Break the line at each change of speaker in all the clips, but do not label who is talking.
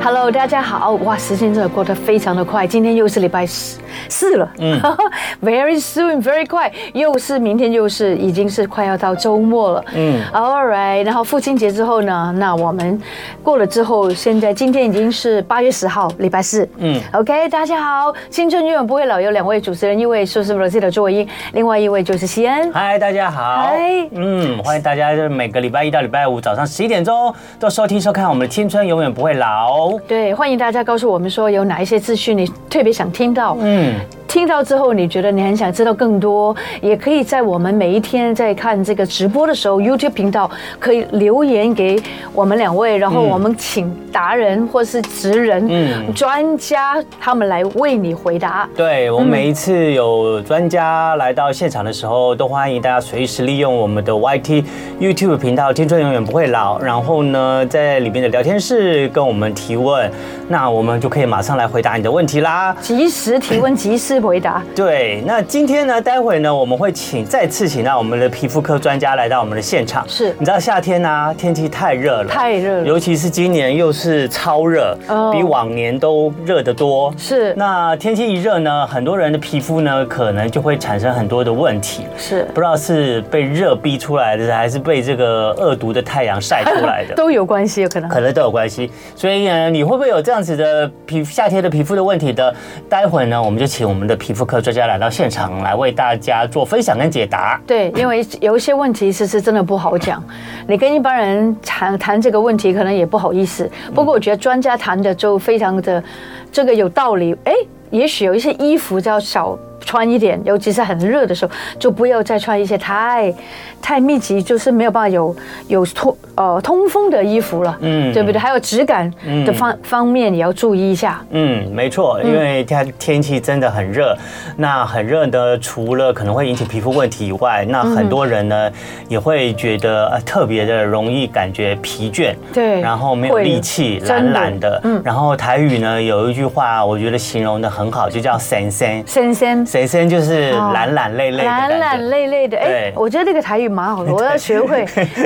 Hello，大家好！哇，时间真的过得非常的快，今天又是礼拜四四了，嗯 ，very soon very 快，又是明天又是已经是快要到周末了，嗯，All right，然后父亲节之后呢，那我们过了之后，现在今天已经是八月十号，礼拜四，嗯，OK，大家好，青春永远不会老，有两位主持人，一位说是 Rosie 的作音，另外一位就是西恩。
嗨，大家好。
嗨
嗯，欢迎大家，就是每个礼拜一到礼拜五早上十一点钟都收听收看我们的《青春永远不会老》。
对，欢迎大家告诉我们说有哪一些资讯你特别想听到，
嗯，
听到之后，你觉得你很想知道更多，也可以在我们每一天在看这个直播的时候，YouTube 频道可以留言给我们两位，然后我们请达人或是职人、
嗯
专家他们来为你回答。
对，我们每一次有专家来到现场的时候，都欢迎大家随时利用我们的 YT、YouTube 频道“青春永远不会老”，然后呢，在里面的聊天室跟我们提问，那我们就可以马上来回答你的问题啦。
及时提 问，及时回答。
对，那今天呢，待会呢，我们会请再次请到我们的皮肤科专家来到我们的现场。
是
你知道夏天呢、天气太热了，
太热了
尤其是今年又是超热，
哦
比往年都热得多。
是
那天气一热呢，很多人的皮肤呢，可能就会产生很多的问题。
是
不知道是被热逼出来的，还是被这个恶毒的太阳晒出来的。
都有关系，有可能。
可能都有关系。所以呢，你会不会有这样子的皮夏天的皮肤的问题的？待会呢，我们就请我们的皮肤科专家来到现场来为大家做分享跟解答。
对，因为有一些问题其实真的不好讲，你跟一般人谈谈这个问题，可能也不好意思。不过我觉得专家谈的就非常的这个有道理。哎，也许有一些衣服就要少穿一点，尤其是很热的时候，就不要再穿一些太太密集，就是没有办法有有通呃通风的衣服了，嗯，
嗯
对不对？还有质感的方、方面也要注意一下。
嗯，没错，因为天天气真的很热，那很热呢，除了可能会引起皮肤问题以外，那很多人呢、也会觉得呃特别的容易感觉疲倦，
对
然后没有
会
力气，
真的
懒懒的。然后台语呢有一句话，我觉得形容的很好，就叫“神仙”。
先先
神仙就是懒懒累累的感觉
哦懒懒累累的，哎
对，
我觉得这个台语蛮 好的，我要学会。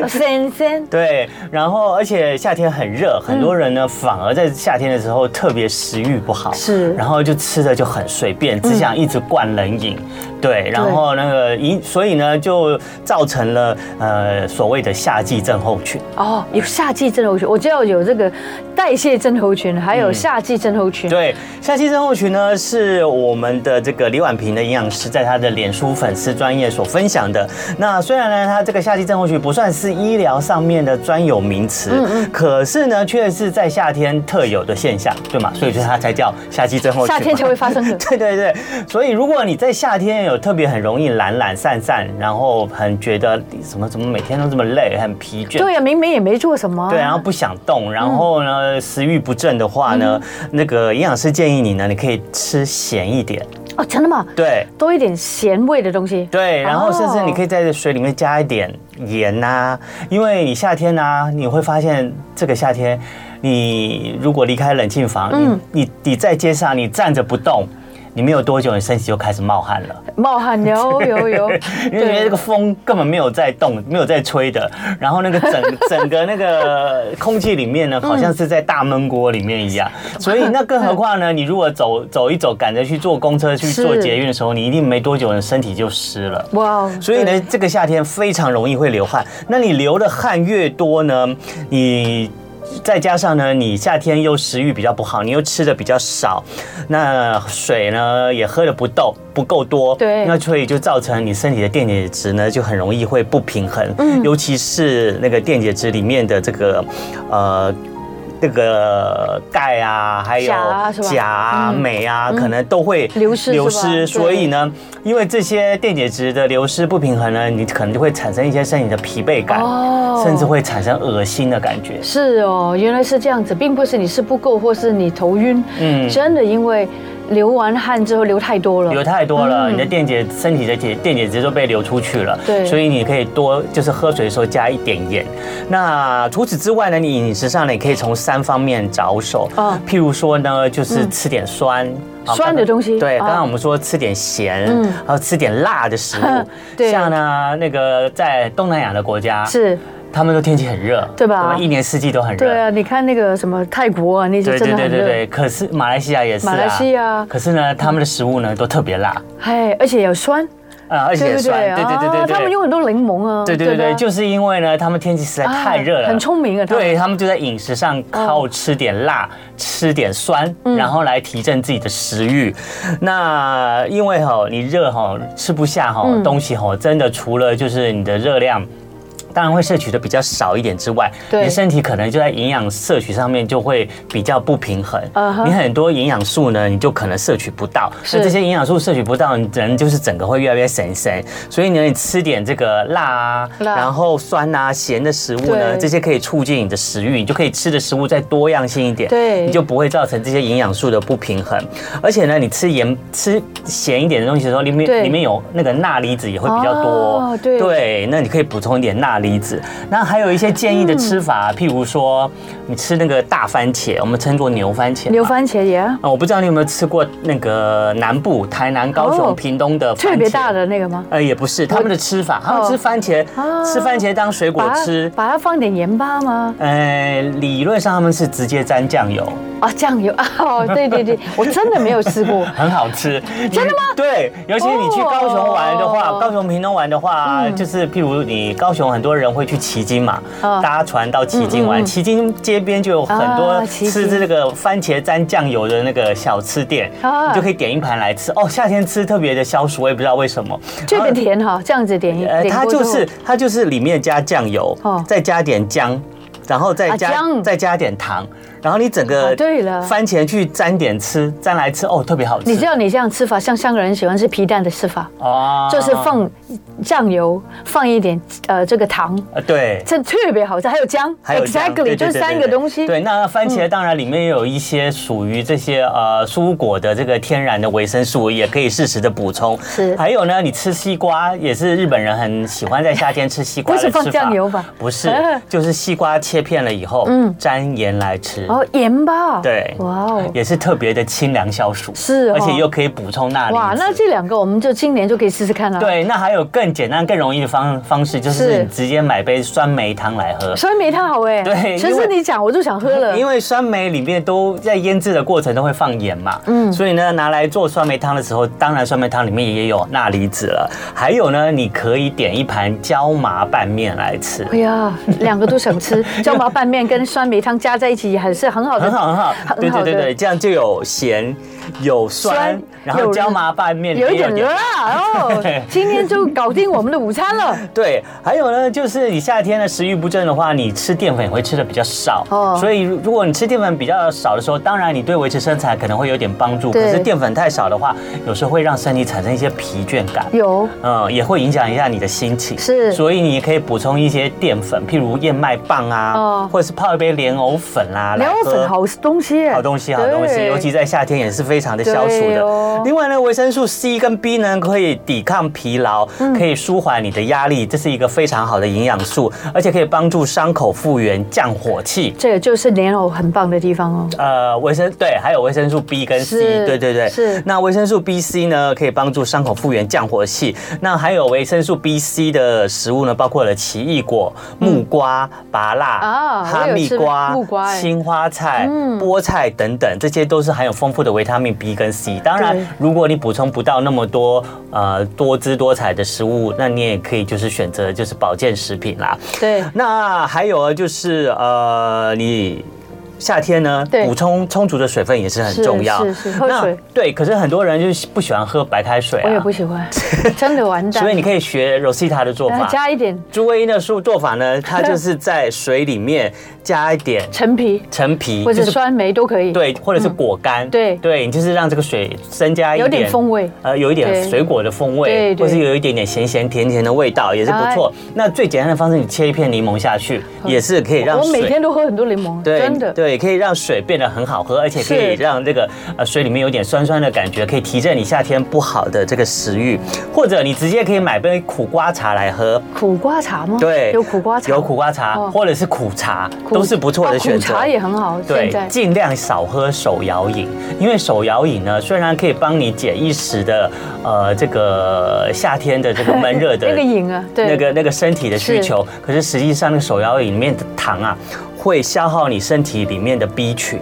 先先，
对，然后而且夏天很热，很多人呢、反而在夏天的时候特别食欲不好，
嗯是嗯
然后就吃的就很随便，只想一直灌冷饮，对，然后那个一所以呢就造成了呃所谓的夏季症候群，
哦，有夏季症候群，我知道有这个代谢症候群，还有夏季症候群。
嗯 对，夏季症候群呢是我们的这个李婉萍的营养师在她的脸书粉丝专业所分享的。那虽然呢，她这个夏季症候群不算是医疗上面的专有名词，
嗯
可是呢，却是在夏天特有的现象，对吗？所以说它才叫夏季症候群嘛。
夏天才会发生的
对对对，所以如果你在夏天有特别很容易懒懒散散，然后很觉得什么怎么每天都这么累，很疲倦，
对呀，明明也没做什么啊。
对，然后不想动，然后呢，食欲不振的话呢，那个营养师建议你呢，你可以吃咸一点，
哦，真的吗？
对
多一点咸味的东西。
对，然
哦
后甚至你可
以。
以在水里面加一点盐呐、因为你夏天呐、你会发现这个夏天，你如果离开冷气房，你你你在街上你站着不动。你没有多久，你身体就开始冒汗了，，
冒汗，有有有
因为觉得这
对，
个风根本没有在动，没有在吹的，然后那个整 整个那个空气里面呢，
嗯
好像是在大闷锅里面 一样。所以那更何况呢，你如果走走一走，赶着去坐公车、去
是
坐捷运的时候，你一定没多久，你身体就湿了。
哇，哦
所以
对
呢，，这个夏天非常容易会流汗。那你流的汗越多呢，你再加上呢，你夏天又食欲比较不好，你又吃的比较少，那水呢也喝的不够不够多，
对
那所以就造成你身体的电解质呢就很容易会不平衡，
嗯
尤其是那个电解质里面的这个呃。那个钙啊，还有
钾啊是吧嗯
钾啊、镁啊，可能都会
流失是吧
流
对
失，所以呢，因为这些电解质的流失不平衡呢，你可能就会产生一些身体的疲惫感，
哦
甚至会产生恶心的感觉。
是哦，原来是这样子，并不是你吃不够或是你头晕，嗯，真的因为流完汗之后流太多了，
流太多了，你的电解身体的解电解质都被流出去了，
嗯对
所以你可以多就是喝水的时候加一点盐。那除此之外呢，你饮食上呢也可以从三方面着手，
哦嗯
譬如说呢，就是吃点酸。啊
酸的东西
对，
哦
刚刚我们说吃点咸，
嗯
然后吃点辣的食物，
对
像呢那个在东南亚的国家，
是。
他们都天气很热，
对吧
一年四季都很热，
对啊，你看那个什么泰国啊，那些
对
真
对
的很
对对
热，
对，可是马来西亚也是啊，
马来西亚
可是呢，他们的食物呢都特别辣，
哎，而且有酸，
啊，而且
不
酸，对对对对
啊
对，
他们用很多柠檬啊，
对对对对，
吧
就是因为呢，他们天气实在
啊
太热了，
很聪明啊他们嗯
对他们就在饮食上靠吃点辣、吃点酸，然后来提振自己的食欲。那因为哈，你热哈吃不下哈
嗯
东西哈，真的除了就是你的热量。当然会摄取的比较少一点之外，
对
你身体可能就在营养摄取上面就会比较不平衡。
嗯哼
你很多营养素呢，你就可能摄取不到。
是
那这些营养素摄取不到，你人就是整个会越来越神神。所以呢，你吃点这个辣啊，
辣
然后酸啊、咸的食物呢，
对
这些可以促进你的食欲，你就可以吃的食物再多样性一点，
对
你就不会造成这些营养素的不平衡。而且呢，你吃盐、吃咸一点的东西的时候，里
对
面里面有那个钠离子也会比较多。
哦对
那你可以补充一点钠离子。那还有一些建议的吃法，譬如说你吃那个大番茄，我们称作牛番茄嘛。
牛番茄也啊
啊，我不知道你有没有吃过那个南部、台南、高
哦
雄、屏东的番茄
特别大的那个吗？
呃，也不是他们的吃法，他们吃番茄，
哦
吃番茄当水果
把它
吃。
把它放点盐巴吗？
呃，理论上他们是直接沾酱油，
啊，酱油啊， 哦对对对，我真的没有试 过。
很好吃。
真的吗
你？对，尤其你去高雄玩的话，
哦嗯
高雄、屏东玩的话，就是譬如你高雄很多人会去旗津嘛，
哦嗯
搭船到旗津玩，旗津街边就有很多
啊旗津
吃这个番茄沾酱油的那个小吃店，
啊
你就可以点一盘来吃。哦，夏天吃特别的消暑，我也不知道为什么。
这
然后
个甜哈，这样子点一
呃，
点
它
过之
就
后
是它就是里面加酱油
哦，
再加点姜，然后再
啊
加
姜
再加点糖，然后你整
啊
个
对了
番茄去沾点吃，沾来吃哦，特别好吃。
你知道你这样吃法，像香港人喜欢吃皮蛋的吃法，
哦
就是放酱油，放一点呃这个糖，
呃对。
这特别好吃，还有姜
还有酱对
，exactly
对对
就是三
对
个
对
东西。嗯
对，那番茄当然里面也有一些属于这些呃蔬果的这个天然的维生素，也可以适时的补充。
是
还有呢，你吃西瓜也是日本人很喜欢在夏天吃西瓜的
不
吃
是
法。
放酱油吧
不是，就是西瓜切片了以后，
哎嗯
沾盐来吃。
哦，盐巴。
对
哇哦。
也是特别的清凉消暑，
是哦
而且又可以补充钠离子。
哇，那这两个我们就今年就可以试试看啊了。，
对，那还有更简单、更容易的方方式，就是
是
你直接买杯酸梅汤来喝。
酸梅汤好哎。
对
其实
因为
你讲我就想喝了。
因为酸梅里面都在腌制的过程都会放盐嘛，
嗯
嗯，所以呢，拿来做酸梅汤的时候，当然酸梅汤里面也有钠离子了。还有呢，你可以点一盘椒麻拌面来吃，
哎呀，两个都想 吃，椒麻拌面跟酸梅汤加在一起也是很好的，
很好很好，对对对对，
的，
这样就有咸、有酸
酸，
然后
有
椒麻拌面
有一
也
点辣哦
对。
今天就搞定我们的午餐了。
对，还有呢，就是你夏天的食欲不振的话，你吃淀粉也会吃的比较少。
哦
哦，所以如如果你吃淀粉比较少的时候，当然你对维持身材可能会有点帮助，可
对
是淀粉太少的话，有时候会让身体产生一些疲倦感。
有
嗯，也会影响一下你的心情，
是
所以你也可以补充一些淀粉，譬如燕麦棒啊，
哦
或者是泡一杯莲藕粉啦、啊，
莲藕粉好东西耶，
好东西，好东西，
对
尤其在夏天也是非常的消暑
对
的。
哦
另外呢，维生素 C 跟 B 呢可以抵抗疲劳，
嗯
可以舒缓你的压力，这是一个非常好的营养素，而且可以帮助伤口复原、降火气。
这也就是莲藕很棒的地方哦。
呃，维生对，还有维生素 B 跟 C，
是
对对对，
是
那维生素 B、C 呢，可以帮助伤口复原、降火气。那还有维生素 B、C 的食物呢，包括了奇异果、木瓜、芭辣、
啊
哈
我有
密
吃
瓜、
木瓜哎嗯
青花菜、菠菜等等，这些都是含有丰富的维他命 B 跟 C。当
对
然，如果你补充不到那么多呃多姿多彩的食物，那你也可以就是选择就是保健食品啦。
对，
那还有啊，就是呃，你夏天呢，
对
补充充足的水分也是很重要。
是是是喝
那
水
对，可是很多人就是不喜欢喝白开水
我也
啊
不，喜 欢，真的完蛋。
所以你可以学 Rosita 的做
来
法。
加一点
朱威的做做 法呢，它就是在水里面加一点
陈皮
陈皮，
或者
就是
酸梅都可以。，
对，或者是果干，
对
对，你就是让这个水增加一点
有点风味
呃，有一点
对
水果的风
对
味，
对哎
或是有一点点咸咸甜甜的味道，也是不错。那最简单的方式，你切一片柠檬下去，也是可以让
我每
水。
天都喝很多柠檬，
对
真的。
对，对，可以让水变得很好喝，而且可以
是
让这个呃水里面有点酸酸的感觉，可以提振你夏天不好的这个食欲。或者你直接可以买杯苦瓜茶来喝，
苦瓜茶吗？
对，
有苦瓜茶，
有苦瓜茶，
哦
或者是苦茶
苦
都是不错的选择。
哦苦茶也很好，现
对
在，
尽量少喝手摇饮，因为手摇饮呢，虽然可以帮你解一时的，呃，这个夏天的这个闷热 的
那个瘾啊，对，
那个那个身体的需求，可是实际上那个手摇饮里面的糖啊，会消耗你身体里面的 B 群。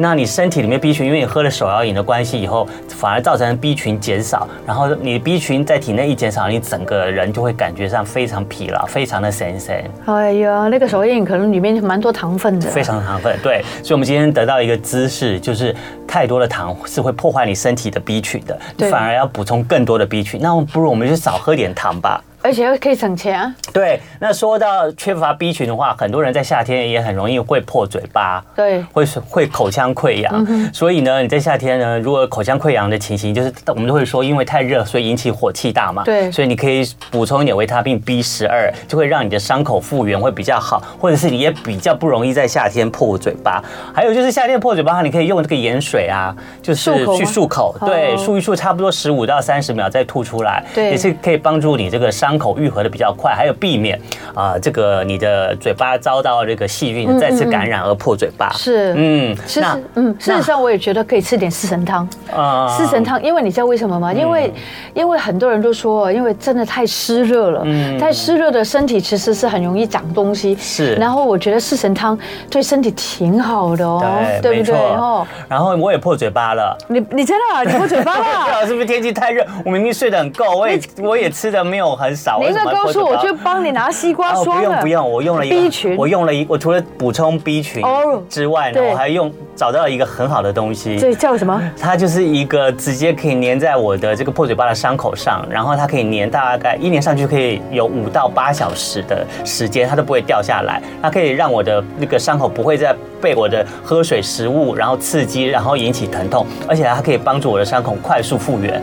那你身体里面 B 群，因为你喝了手摇饮的关系以后，反而造成 B 群减少，然后你 B 群在体内一减少，你整个人就会感觉上非常疲劳，非常的 神神，
哎呀，那个手摇饮可能里面蛮多糖分的，
非常糖分。对，所以我们今天得到一个知识，就是太多的糖是会破坏你身体的 B 群的，
对
反而要补充更多的 B 群。那不如我们就少喝点糖吧。
而且又可以省钱啊。
对，那说到缺乏 B 群的话，很多人在夏天也很容易会破嘴巴，
对嗯
会会口腔溃疡。所以呢，你在夏天呢，如果口腔溃疡的情形，就是我们都会说，因为太热，所以引起火气大嘛。
对
所以你可以补充一点维他命 B 十二，就会让你的伤口复原会比较好，或者是你也比较不容易在夏天破嘴巴。还有就是夏天破嘴巴，你可以用这个盐水啊，就是
漱口吗
去漱口，对，
哦
漱一漱，差不多十五到三十秒再吐出来，
对
也是可以帮助你这个伤口愈合的比较快，还有避免啊、这个你的嘴巴遭到这个细菌
嗯
的再次感染而破嘴巴。
是，
嗯，
其实，嗯，事实上我也觉得可以吃点四神汤。
啊嗯
四神汤，因为你知道为什么吗？因为，因为很多人都说，因为真的太湿热了，太湿热的身体其实是很容易长东西。
嗯是
然后我觉得四神汤对身体挺好的哦，
对，
不
没
对？哦
错，。然后我也破嘴巴了。
你你真的啊你破嘴巴
不知
了？
道是不是天气太热？我明明睡得很够，我也我也吃的没有很少。
你应
为
该
什么要
告
破
诉
嘴
我，
巴
就帮你拿西瓜
哦，
霜
不用
了。
不用，我用了一个
B 群
我用了一，我除了补充 B 群
哦
之外呢，
对
我还用找到了一个很好的东西，
这叫什么？
它就是一个直接可以粘在我的这个破嘴巴的伤口上，然后它可以粘大概一粘上去可以有五到八小时的时间，它都不会掉下来。它可以让我的那个伤口不会再被我的喝水、食物然后刺激，然后引起疼痛，而且它可以帮助我的伤口快速复原。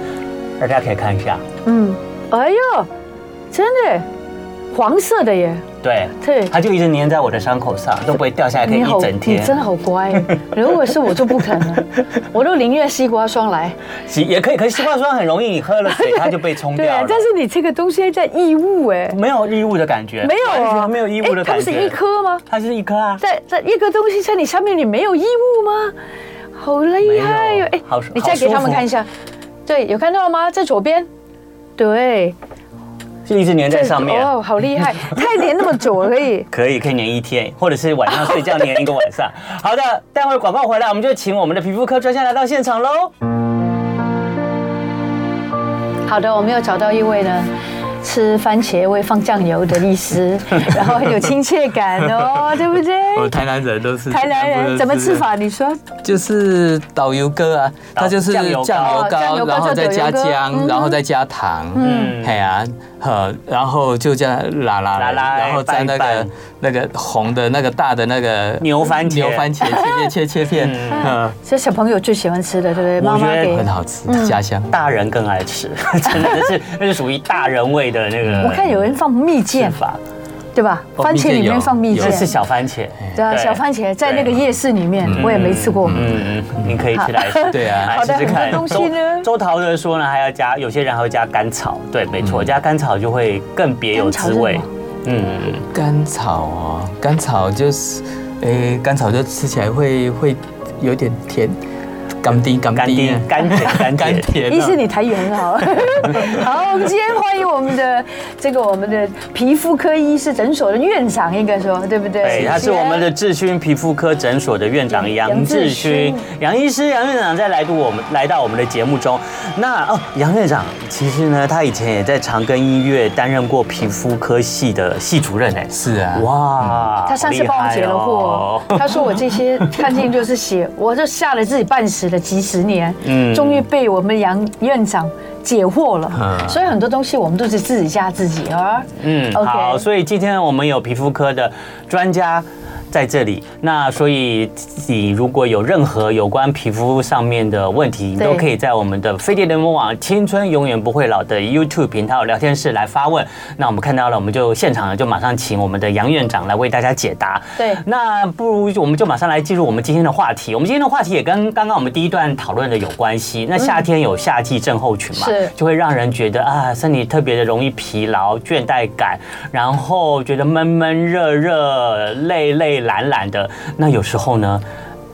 大家可以看一下，
嗯，哎呦，真的，黄色的耶，
对，
对。
它就一直粘在我的伤口上，都不会掉下来，可以
你好，
一整
你
天。
真的好 乖。如果是我就不肯了，我都宁愿西瓜霜来。
其也可以，可是西瓜霜很容易，你喝了水它就被冲
对
掉
啊
了，，
但是你这个东西在异物哎，
没有异物的感觉，
没有
完
啊，
全没有异物的
哎它
感
不
觉。
是一颗吗？
它就是一颗啊。
在在一个东西在你上面，你没有异物吗？好厉害
没有
哟！哎
好
你再给他
好
们
舒服
看一下，对，有看到吗？在左边。对，
就一直粘在上面。
哦，好厉 害！太粘那么久了可以。
可以，可以粘一天，或者是晚上睡觉粘一个晚上。 好的，待会儿广告回来，我们就请我们的皮肤科专家来到现场喽。
嗯好的，我们又找到一位呢，吃番茄会放酱油的医 师，然后很有亲切感哦，对不对？
我们台南人都是
台南人怎么吃？法？你说
就是导游哥啊，
导
他就是
酱油膏
酱油
酱油
膏，
膏
然后再加
叫导游哥嗯
姜，然后再加糖，嗯，嘿啊，呵，然后就这样拉拉
拉拉
然后
拌
蘸
一
那
拌
个那个红的那个大的那个
牛番茄
牛番茄切片切切片， 嗯，
这小朋友最喜欢吃的，对不对？妈
我觉
妈
得
给
很。好吃，
嗯
家乡。
大人更爱吃， 真的是那是属于大人味的那个。
我看有人放蜜饯
吃，法，
对吧？
哦
番茄里面放蜜
蜜饯有
这是
饯，
小番茄，
对啊，
对
小番茄在那个夜市里面，我也没吃过。
嗯，嗯，你可以吃来吃，
对啊
来试试看。
好的很多东西呢
周周陶的说呢，还要加，有些人还会加甘草，对，没错，加甘草就会更别有滋味
甘草。
嗯，
甘草哦，甘草就是，诶，甘草就吃起来会会有点甜，甘丁甘
甘
丁啊
丁、甘甜、 甘
甘
甜。
甜啊。
医生，你台语很好。好，我们今天欢迎我们的这个我们的皮肤科医师诊所的院长，应该说对不对
哎对，？他是我们的智勋皮肤科诊所的院长杨志勋
杨志，
杨医师、杨院长在来读我们来到我们的节目中。那哦，杨院长其实呢，他以前也在长庚医院担任过皮肤科系的系主任哎。
是啊，
哇，
他上次帮我解了惑，
好厉害哦。
他说我这些看见就是 血，我就吓了自己半死了几十年，
嗯
终于被我们杨院长解惑了。
嗯
所以很多东西我们都是自己吓自己啊。
嗯，
OK
好，所以今天我们有皮肤科的专家。在这里。那所以你如果有任何有关皮肤上面的问题，你
对
都可以在我们的飞碟联盟网“青春永远不会老”的 YouTube 频道聊天室来发问。那我们看到了，我们就现场就马上请我们的杨院长来为大家解答。
对
那不如我们就马上来进入我们今天的话题。我们今天的话题也跟刚刚我们第一段讨论的有关系。那夏天有夏季症候群嘛，
嗯是
就会让人觉得啊，身体特别的容易疲劳、倦怠感，然后觉得闷闷热热、累累懒懒的。那有时候呢，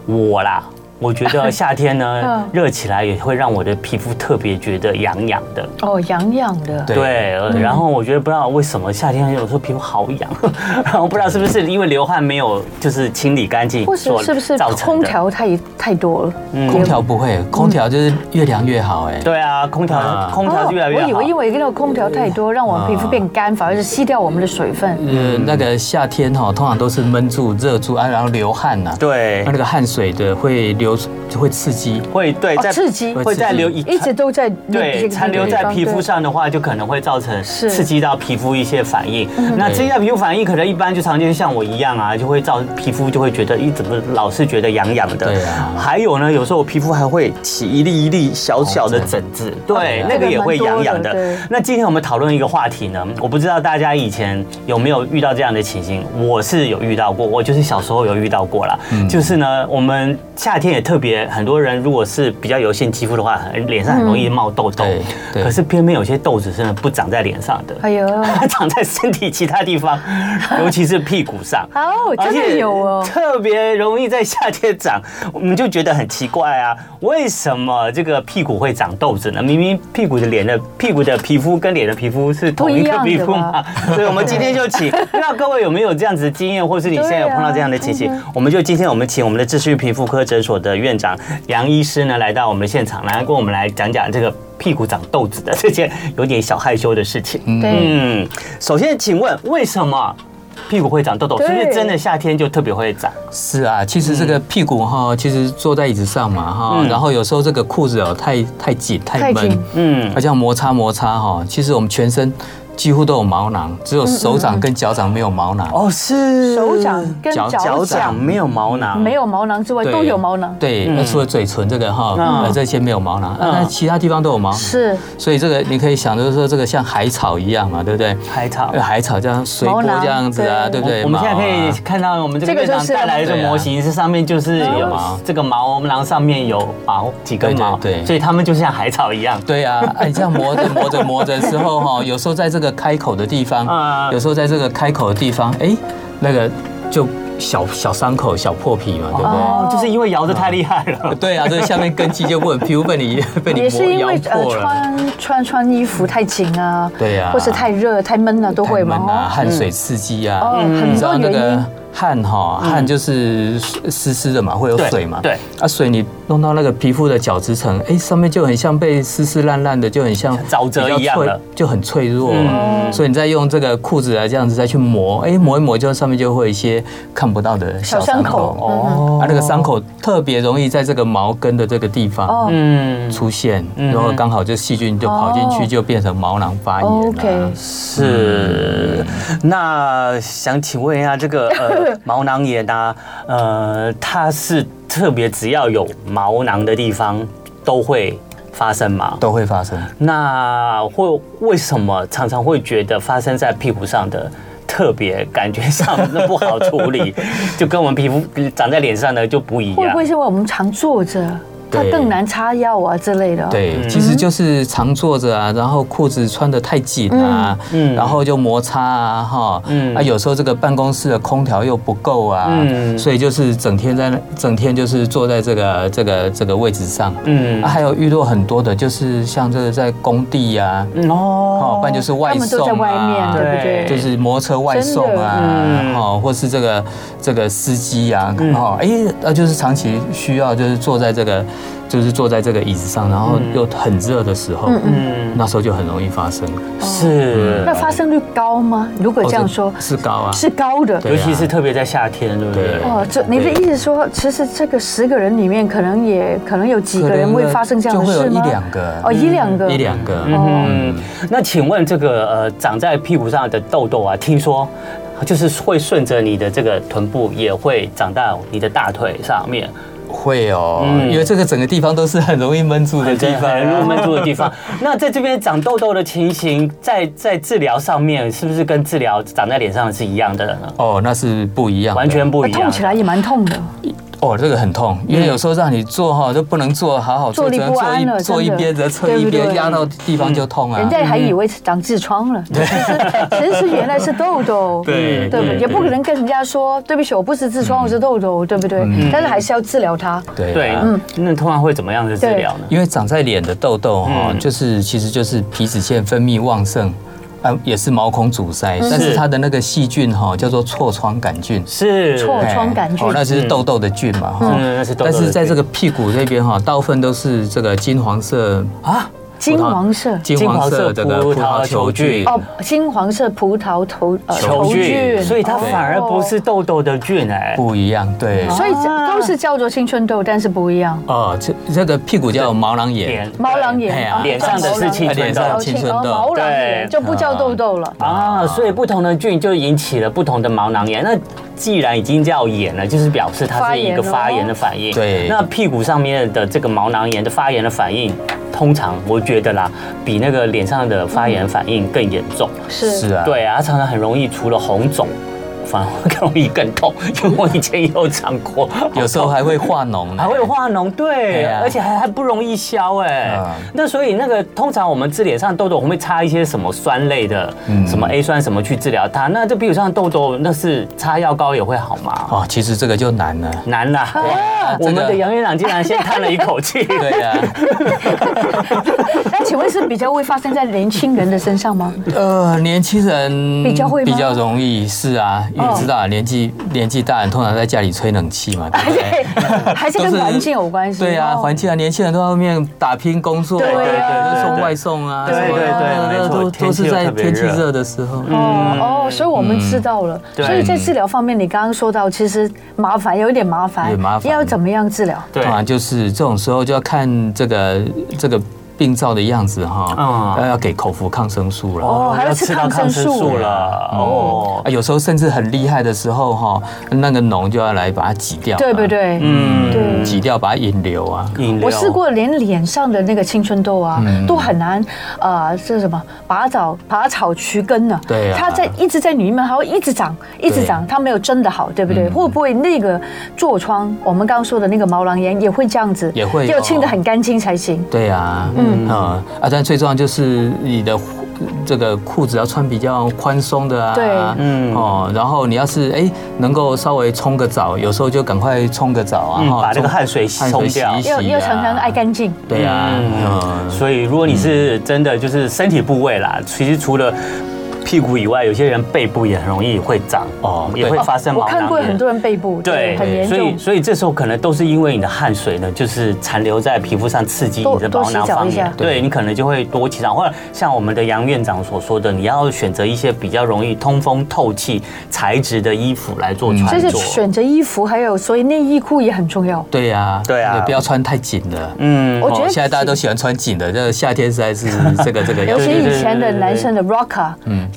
我啦。我觉得夏天 呢
嗯，
热起来也会让我的皮肤特别觉得痒痒的，
哦，痒痒的，
对
对，呃然后我觉得不知道为什么夏天有时候皮肤好痒， 然后不知道是不是因为流汗没有就是清理干净
或
所
是
造成的，
是
嗯
不是空调太太多了？
空调不会，空调就是越凉越好哎。
对啊，空调、
啊
空调
哦
就越来
我以
越好
为。因为那个空调太多，让我们皮肤变干，反而是吸掉我们的水分。
呃，那个夏天哈、通常都是闷住、热住啊，然后流汗呐、
对
那，那个汗水的会流，就会刺激。
会对
哦
在
刺激
会在流一
一直都在
对残留在皮肤，上的话，就可能会造成
是
刺激到皮肤一些反应。那刺激到皮肤反应，可能一般就常见像我一样啊，就会造皮肤就会觉得一怎么老是觉得痒痒的。
对啊
还有呢，有时候我皮肤还会起一粒一粒小小的
红
疹子，对
哦，
那个也会痒痒
这个蛮多的对。
的那今天我们讨论一个话题呢，我不知道大家以前有没有遇到这样的情形，我是有遇到过，我就是小时候有遇到过啦。
嗯
就是呢，我们夏天也特别，很多人如果是比较油性肌肤的话，很脸上很容易冒痘痘
对，对
可是偏偏有些痘子真的不长在脸上的，
哎呦，
它长在身体其他地方，尤其是屁股上。
哦，真的有
而
哦
且。特别容易在夏天长， 我们就觉得很奇怪啊，为什么这个屁股会长痘子呢？明明屁股的脸的屁股的皮肤跟脸的皮肤是同一个
不一
皮
样的
肤嘛
吧，
所以我们今天就请， 不知道各位有没有这样子的经验，或是你现在有
对啊
碰到这样的情形，我们就今天我们请我们的秩序皮肤科诊所的院长杨医师呢来到我们的现场，来跟我们来讲讲这个屁股长痘子的这件有点小害羞的事情。
对，
嗯，首先，请问为什么屁股会长痘痘？是
对
不是真的夏天就特别会长？
是啊，其实这个屁股哈、其实坐在椅子上嘛哈、
嗯
然后有时候这个裤子哦太太紧太
太
闷
紧，
嗯
它，这样摩擦摩擦哈、其实我们全身几乎都有毛囊，只有手
嗯
掌跟脚掌没有毛囊。
哦，是
手掌跟
脚
脚
脚
掌
掌
没有毛囊，
没有毛囊之外
嗯对
都有毛囊，
对，
嗯
那除了嘴唇这个哈，
嗯
呃这些没有毛囊，
嗯
那其他地方都有毛囊。
是
所以这个你可以想，就是说这个像海草一样嘛，对不对？
海草
呃。海草这样随波
毛囊
这样子啊，
对
对不对？
我们现在可
毛啊
以看到我们这个
这个
院
就
长
是啊啊
带来的
对啊
模型，是上面就是有毛
毛，
这个毛囊上面有毛几根
对对
毛，
对
所以它们就像海草一样。
对啊，哎，这样磨着磨着磨着之后哈，有时候在这个开口的地
啊
方，有时候在这个开口的地方，哎，那个就小小伤口、小破皮嘛，对不
啊
对？
哦，就是因为摇得太厉害了。
对啊，这个下面根基就 不稳，皮肤被你被你
也是
磨
因
咬
为呃
破了。
穿穿穿衣服太紧啊，
对啊
或是太热太闷了都会
太闷啊，
嘛，
汗水刺激啊，
哦，
嗯
很
你知
多
道那
原
个哎
因。
汗哈，汗就是湿湿的嘛，会有
对
水嘛。
对
啊，水你弄到那个皮肤的角质层，哎，上面就很像被湿湿烂烂的，就很像
沼泽一样
比较脆
了
就很脆弱。
嗯
所以你再用这个裤子啊，这样子再去磨，哎，磨一磨，就上面就会有一些看不到的小
小伤
伤
口嗯
口。
哦
啊，那个伤口特别容易在这个毛根的这个地
哦
方
嗯，
出现，然后刚好就细菌就跑进去，
哦
就变成毛囊发炎啊了
OK，。
是，那想请问一下，这个 呃毛囊炎啊，呃，它是特别只要有毛囊的地方都会发生吗？
都会发生。
那会为什么常常会觉得发生在屁股上的特别感觉上那不好 处理，就跟我们皮肤长在脸上的就不一
会
样
不会？是因为我们常坐着，它
对
更难擦药啊之类的？，
对，其实就是常坐着啊，然后裤子穿的太紧啊，
嗯嗯
然后就摩擦啊，哈，
嗯
啊，有时候这个办公室的空调又不够啊，
嗯
所以就是整天在那整天就是坐在这个这个这个位置上，
嗯
啊，还有遇到很多的，就是像这个在工地呀、
嗯
哦
哦，
不然就是外
他们都
送
在外面，
啊，
对不对？
就是摩托车外送
真
啊
嗯
的，
哦，或是这个这个司机啊，哦，哎，呃，就是长期需要就是坐在这个就是坐在这个椅子上，然后
嗯
又很热的时候，
嗯
那时候就很容易发生。
是
那，发生率高吗？如果这样说，
是高啊，
是高的。
对
尤
啊
其是特别在夏天，对不对？
对
哦，这你的意思说，其实这个十个人里面，可能也可能有几个人会发生这样的
就会
事
有
吗？
一两个，嗯
哦，一两个，
一两个，
嗯，那请问这个呃长在屁股上的痘痘啊，听说就是会顺着你的这个臀部，也会长到你的大腿上面，
会哦，
嗯
因为这个整个地方都是很容易闷住的地方
很容易
啊。
闷住的地 方。那在这边长痘痘的情形，在在治疗上面，是不是跟治疗长在脸上是一样的呢？
哦，那是不一样的，
完全不
那
一样。
哎痛起来也蛮痛的。
哦，这个很痛，因为有时候让你坐哈都不能坐，好好
嗯坐
坐，
立
只能
不
坐
安了
一坐一
真的
边，只能侧
对
一
不
边，
对
压到地方就痛啊。
人家还以为是长痔疮了，其实其实原来是痘痘。
对
嗯
对不对？
对嗯
也不可能跟人家说对不起，我不是痔疮，我是痘痘，对不对？但是还是要治疗它。
对
对嗯
啊，
那通常会怎么样的治疗呢？
因为长在脸的痘痘哈，
嗯
就是其实就是皮脂腺分泌旺盛。啊，也是毛孔阻塞，
嗯
但是它的那个细菌哈、叫做痤疮杆菌，
是
错痤疮杆菌
哦，那就是痘痘的菌嘛哈、
嗯那是痘痘的
但
菌
是在这个屁股这边哈，大部分都是这个金黄色
啊，
金黄色
金黄色这个葡萄球菌，
哦，金黄色葡萄头呃
球菌，所以它反而不。
哦
是痘痘的菌哎。
不一样，对。
所以这都是叫做青春痘，但是不一样。
哦，这这个屁股叫毛囊炎，
毛囊
哎
炎
呀，
脸上的是青春痘
脸上的青春
哦
痘，嗯
毛囊炎
对
就不叫痘痘了。
啊，所以不同的菌就引起了不同的毛囊炎。那既然已经叫炎了，就是表示它
发
是一
炎
个
了
发
哦
炎的反应。
对
那屁股上面的这个毛囊炎的发炎的反应，通常我觉得啦，比那个脸上的发炎反应更严重。
是
是
啊，
对啊，它常常很容易除了红肿，反而会更容易更痛，因为我以前也有长过，
有时候还会化脓呢，
还会有化脓，对，
对啊
而且还还不容易消哎、
嗯
那所以那个通常我们治脸上的痘痘，我们会擦一些什么酸类的，
嗯
什么 A 酸什么去治疗它。那这比如上痘痘，那是擦药膏也会好吗？
哦，其实这个就难了。
难啦，
啊
我们的杨院长竟然先叹了一口气。
对啊 呀、
哎那请问是比较会发生在年轻人的身上 吗？
呃，年轻人
比较会吗哦
比较容易是啊，因为你知道年纪年纪大，人通常在家里吹冷气嘛，对不对？
对， 还是跟
都是
环境有关系。
对啊，
哦
环境啊，年轻人都在外面打拼工作，
对啊
都送外送啊，
对对对
什么的
没错
都
天
都
气
是
又
在
特别
天气
热嗯
热的时候，
哦哦，
嗯
所以我们知道了。
对
所以在治疗方面，你刚刚说到，其实麻烦有一点麻烦，
有麻烦
要怎么样治疗？
对
通常就是这种时候就要看这个这个病灶的样子哈，呃
嗯
要要给口服抗生素了。
哦还要吃
到
抗生素
了哦
啊，。有时候甚至很厉害的时候哈，那个脓就要来把它挤掉，
对不？对？
嗯
对
挤掉把它引流啊。
饮料
我试过连脸上的那个青春痘啊，
嗯
都很难，呃，这是什么拔草拔草除根呢、
对啊
它在一直在里面，还会一直长，一直
对嗯
长，它没有真的好，对不对？会不会那个痤疮，我们刚刚说的那个毛囊炎也会这样子？
也会
要
有
清得很干净才行。
对啊，嗯啊啊，但最重要就是你的这个裤子要穿比较宽松的啊，
对
嗯哦，然后你要是哎能够稍微冲个澡，有时候就赶快冲个澡啊，
嗯
哈
把这个
冲
汗水
汗水
冲
洗
掉
一洗
要
啊，
要常常爱干净。
对啊，
嗯，
嗯，
所以如果你是真的就是身体部位啦，其实除了屁股以外，有些人背部也很容易会长
哦
也
对
会发生
我
毛囊炎。
看过很多人背部，
对，
很严
所
重
以。所以这时候可能都是因为你的汗水呢，就是残留在皮肤上，刺激
多
你的毛
多
囊方
洗澡一
面
下，
对你可能就会多起长。或者像我们的杨院长所说的，你要选择一些比较容易通风透气材质的衣服来做
所
穿
以
着。
选择衣服，还有所以内衣裤也很重要。
对呀，
对啊
也不要穿太紧的。哦
嗯
我觉得
现在大家都喜欢穿紧的，这个夏天实在是这个这个 要
尤其
对对
以
对
前的
对对嗯
男生的 rocker，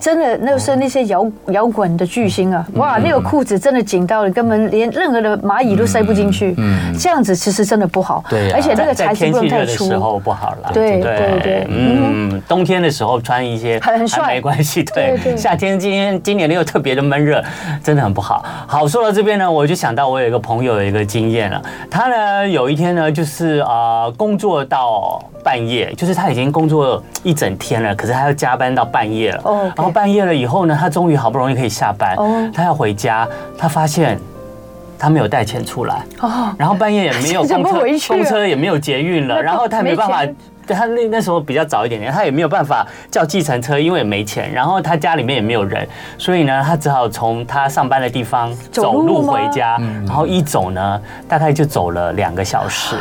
真的那是那些摇摇滚的巨星啊，哇，
嗯
那个裤子真的紧到你根本连任何的蚂蚁都塞不进
嗯
去，这样子其实真的不好。
对啊
而且那个
在
材质
天
不
气
能
热
太
的时
粗。
候不好啦。
对对对
嗯，冬天的时候穿一些
很很帅
还没关系。对
对，对
夏天今天今年又特别的闷热，真的很不好。好，说到这边呢，我就想到我有一个朋友有一个经验了，他呢有一天呢就是呃工作到半夜，就是他已经工作一整天了，可是他要加班到半夜了。
哦，OK
然后半夜了以后呢，他终于好不容易可以下班
哦，
他要回家，他发现他没有带钱出来。
哦，
然后半夜也没 有
这怎
公
么
车，
回去啊
公车也没有捷运
那
了，
不
然后他也没办法
没钱。
对他那那时候比较早一点点，他也没有办法叫计程车，因为也没钱，然后他家里面也没有人，所以呢，他只好从他上班的地方
走
走
路
路
吗
回家，然后一走呢，大概就走了两个小时。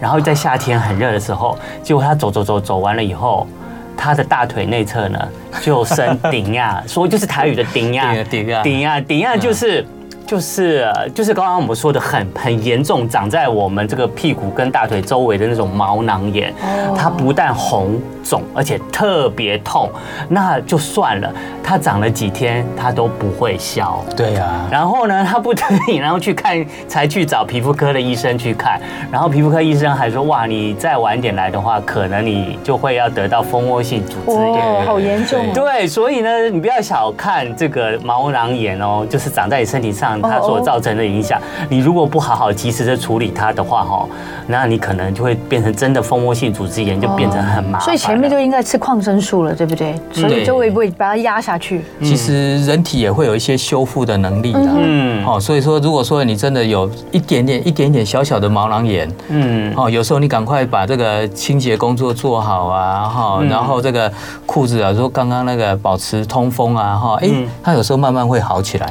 然后在夏天很热的时候，结果他走走走走完了以后，他的大腿内侧呢就生顶亚，说就是台语的顶亚
顶，顶亚
顶亚，顶亚就是。就是呃就是刚刚我们说的很很严重，长在我们这个屁股跟大腿周围的那种毛囊炎，它不但红肿，而且特别痛，那就算了，它长了几天它都不会消。
对啊，
然后呢，他不得已，然后去看，才去找皮肤科的医生去看。然后皮肤科医生还说，哇，你再晚点来的话，可能你就会要得到蜂窝性组织炎。
哦，好严重哦。
对，所以呢，你不要小看这个毛囊炎哦，就是长在你身体上它所造成的影响。你如果不好好及时的处理它的话，哈，那你可能就会变成真的蜂窝性组织炎，就变成很麻烦
哦
了。
所以前面就应该吃抗生素了，对不对？
嗯
所以
对
就会不会把它压下去？
其实人体也会有一些修复的能力的。
嗯
哦，所以说，如果说你真的有一点点、一点点小小的毛囊炎，
嗯
哦，有时候你赶快把这个清洁工作做好啊，哈、
嗯
然后这个裤子啊，说刚刚那个保持通风啊，哈、哎、
嗯
它有时候慢慢会好起来。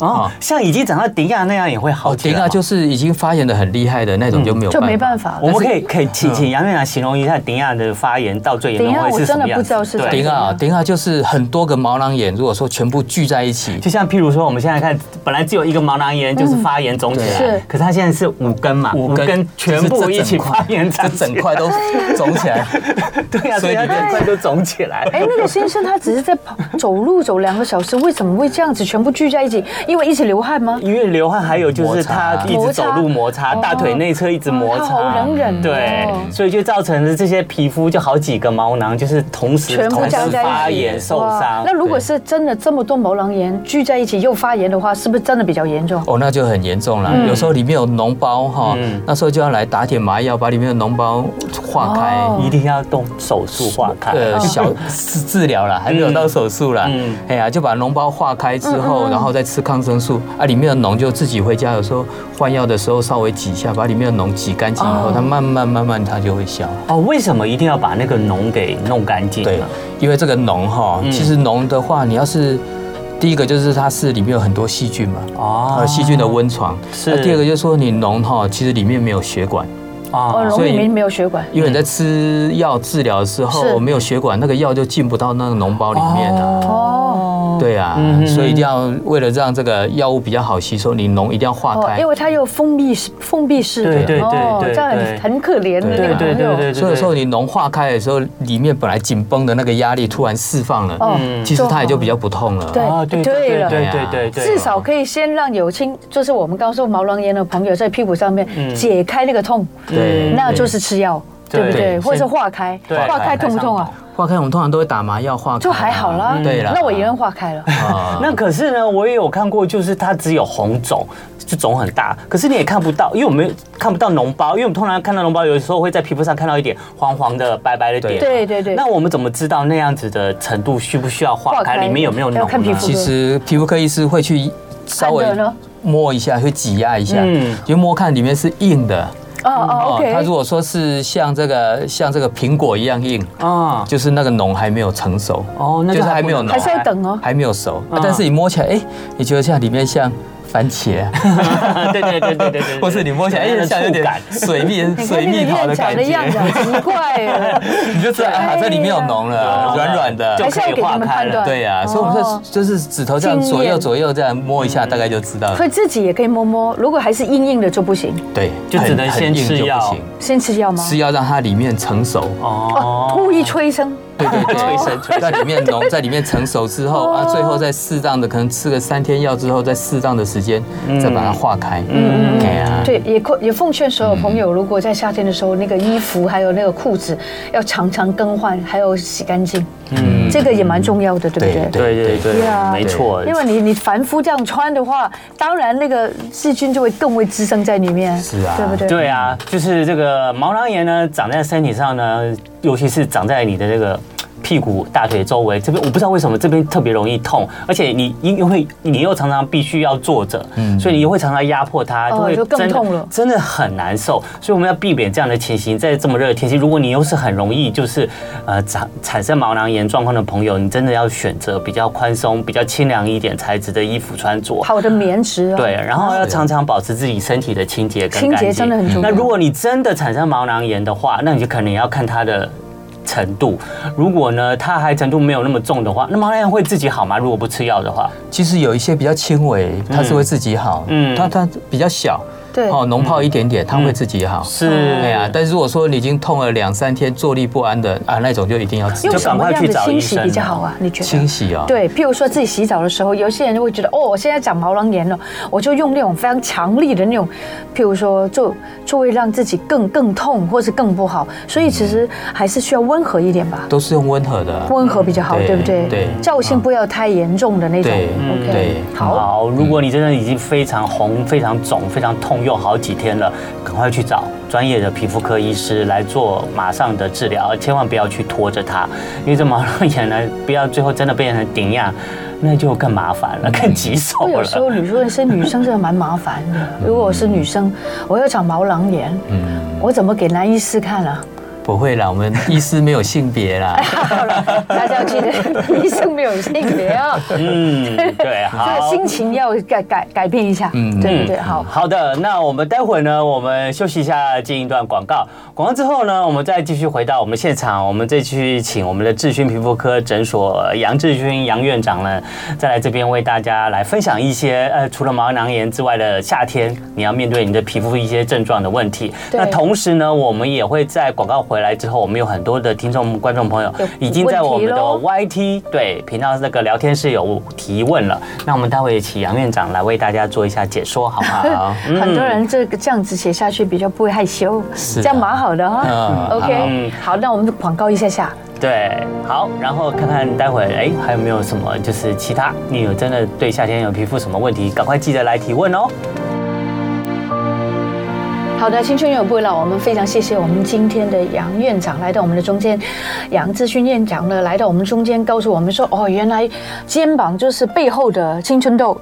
哦，像已经长到顶亚那样也会好
哦，
起来嗯
顶
吗。
啊，就是已经发炎的很厉害的那种就没有
就没办
办
法
我
了。
们可以可以请请杨院长形容一下顶亚的发炎到最严重
等一下
会是什
嗯我真
么
的
样
不
子？
知道是
对
怎
顶
样
啊，顶啊，就是很多个毛囊炎，如果说全部聚在一起，
就像譬如说，我们现在看，本来只有一个毛囊炎，就是发炎肿起来，
嗯是
可是它现在是五根嘛，全部一起发 炎长
这
起来
整块都肿起来。
对啊，
所
所
以
以它
你
整块都肿起来。
哎，那个先生他只是在跑走路走两个小时，为什么会这样子全部聚在一起？因为一起流汗吗？
因为流汗，还有就是它一
摩
直
擦
走路摩擦，
哦
大腿内侧一直摩
啊
擦，
好能忍哦
对，所以就造成了这些皮肤就好几个毛囊，就是同时
全部
同时
加在一起
发炎受
哇
伤
那。如果是真的这么多毛囊炎聚在一起又发炎的话，是不是真的比较严重？
哦，那就很严重了。有时候里面有脓包哈
嗯，
那时候就要来打点麻药，把里面的脓包化开。
哦
一定要动手术化开。
呃，小治治疗了，还没有到手术了
嗯。
哎呀，就把脓包化开之后，然后再吃抗生素啊，里面的脓就自己回家，有时候换药的时候稍微挤一下，把里面的脓挤干净以后，它慢慢慢慢它就会消。
哦，为什么一定要把那个脓给弄干净啊
对
呢？，
因为这个脓哈，其实脓的话，你要是第一个就是它是里面有很多细菌嘛，
哦
呃，细菌的温床。
是
那第二个就是说你脓哈，其实里面没有血管。
哦，
哦
容
所以
里面没有血管。
因为你在吃药治疗的时
是
候，没有血管，那个药就进不到那个脓包里面啊。
哦
对啊，
嗯
所以一定要为了让这个药物比较好吸收，你脓一定要化
哦，
开
因。为它又封闭式封闭式的，
啊对对对
哦
对
这样
对
很很可怜的那
对
个
对
朋
对
友。
对对，
所以说你脓化开的时候，里面本来紧绷的那个压力突然释放了，
哦
嗯其实它也就比较不痛了。
对
啊，对对
了
对对对对对，
至少可以先让有轻，就是我们刚说毛囊炎的朋友在屁股上面解开那个痛，
对
那就是吃药，
嗯对
对不对？
对
或者是化开，
对嗯
化开痛不痛啊？
化开我们通常都会打麻药化开啊，
就还好啦，
对了，
那我也能化开了。
啊
那可是呢，我也有看过，就是它只有红肿，就肿很大，可是你也看不到，因为我们看不到脓包，因为我们通常看到脓包，有时候会在皮肤上看到一点黄黄的、白白的点。
对对对
那我们怎么知道那样子的程度需不需要化
化开
开？里面有没有脓
要
呢？
看皮肤
其实皮肤科医师会去稍微
按的呢
摸一下，会挤压一下
嗯，
就摸看里面是硬的。
哦哦，OK，
它如果说是像这个像这个苹果一样硬，
啊，
就是那个脓还没有成熟。
哦，那
嗯就是还
不
没有
能
脓
还是要等哦。
还没有熟，啊
嗯
但是你摸起来，哎、你觉得像里面像番茄、啊，
对对对对对对，
或是你摸起来，哎、
那个
像有
触
点
感。
水蜜
你看
水
那个
蜜桃
院
的
长
感
的
觉，
样子， 好奇怪哦。
你就知道啊，这里面有脓了，
哦对
软软
就
还
的。
是要给他们判断。
对呀、
哦
所以我们说就是指头这样
经验
左右左右这样摸一下，大概就知道
所
了。
以自己也可以摸摸，如果还是硬硬的就不行，
对，
就只
很
能
很
先
硬
吃
就不
药
行
先吃药吗？
吃药让啊它里面成熟。
哦
哦，故意催生。
对对对，
催生催生
在里面脓在里面成熟之后啊，最后再适当的可能吃个三天药之后，在适当的时间再把它化开。嗯嗯，对啊，
对，也奉也奉劝所有朋友，如果在夏天的时候，那个衣服还有那个裤子要常常更换，还有洗干净，嗯，这个也蛮重要的，对不对？
对对对
对啊，
没错。
因为你你凡夫这样穿的话，当然那个细菌就会更会滋生在里面，
是啊
对不对？
对啊，就是这个毛囊炎呢，长在身体上呢，尤其是长在你的这个。屁股、大腿周围这边，我不知道为什么这边特别容易痛，而且你因为你又常常必须要坐着，
嗯
所以你又会常常压迫它，
哦
会
就更
真的
痛了
真的很难受。所以我们要避免这样的情形，在这么热的天气，如果你又是很容易就是呃产产生毛囊炎状况的朋友，你真的要选择比较宽松、比较清凉一点材质的衣服穿着。
好的棉质啊，
对，然后要常常保持自己身体的清洁跟
清洁
干净。
真的很重要
那如果你真的产生毛囊炎的话，那你就可能也要看它的。程度，如果呢，它还程度没有那么重的话，那毛囊炎会自己好吗？如果不吃药的话，
其实有一些比较轻微，它是会自己好，
嗯
嗯，它它比较小，
对
哦，脓泡一点点，它会自己好。
是，
哎
啊
嗯
呀，但如果说你已经痛了两三天，坐立不安的啊，那种就一定要
用
就
什
赶
么
快
样
去
的
找
清
医
洗
生
比较好啊？你觉
清
得？
洗啊。
对，譬如说自己洗澡的时候，有些人就会觉得哦，我现在长毛囊炎了，我就用那种非常强力的那种，譬如说就就会让自己更更痛或是更不好，所以其实还是需要温和一点吧，
都是用温和的。
温和比较好，
对
对不对？
对
造性不要太严重的那种。
对
OK，
对
好，
如果你真的已经非常红、非常肿、非常痛又好几天了，赶快去找专业的皮肤科医师来做马上的治疗，千万不要去拖着它，因为这毛囊炎呢，不要最后真的变成顶样，那就更麻烦了，更棘手
我有
了。
时候如果是女生真的蛮麻烦的，如果我是女生，我要长毛囊炎，我怎么给男医师看啊？
不会啦，我们医师没有性别啦。
好了，大家要记得，医生没有性别啊，
嗯，对，
这个
好。
心情要改改改变一下，
嗯
对
嗯
不对？好。
好的，那我们待会儿呢，我们休息一下，进一段广告。广告之后呢，我们再继续回到我们现场，我们再去请我们的智勋皮肤科诊所呃杨志勋杨院长呢，再来这边为大家来分享一些呃，除了毛囊炎之外的夏天你要面对你的皮肤一些症状的问题。
对
那同时呢，我们也会在广告回来之后，我们有很多的听众观众朋友
有
已经在我们的
问题
YT 对频道那个聊天室有提问了，那我们待会也请杨院长来为大家做一下解说，好 不好？嗯
很多人这个这样子写下去比较不会害羞，
是
这样
啊
蛮好的哈
嗯。
OK，好，那我们广告一下下。
对，好，然后看看待会儿哎还有没有什么就是其他你有真的对夏天有皮肤什么问题，赶快记得来提问哦。
好的，青春永不老。我们非常谢谢我们今天的杨院长来到我们的中间，杨志勋院长呢来到我们中间，告诉我们说，哦，原来肩膀就是背后的青春痘，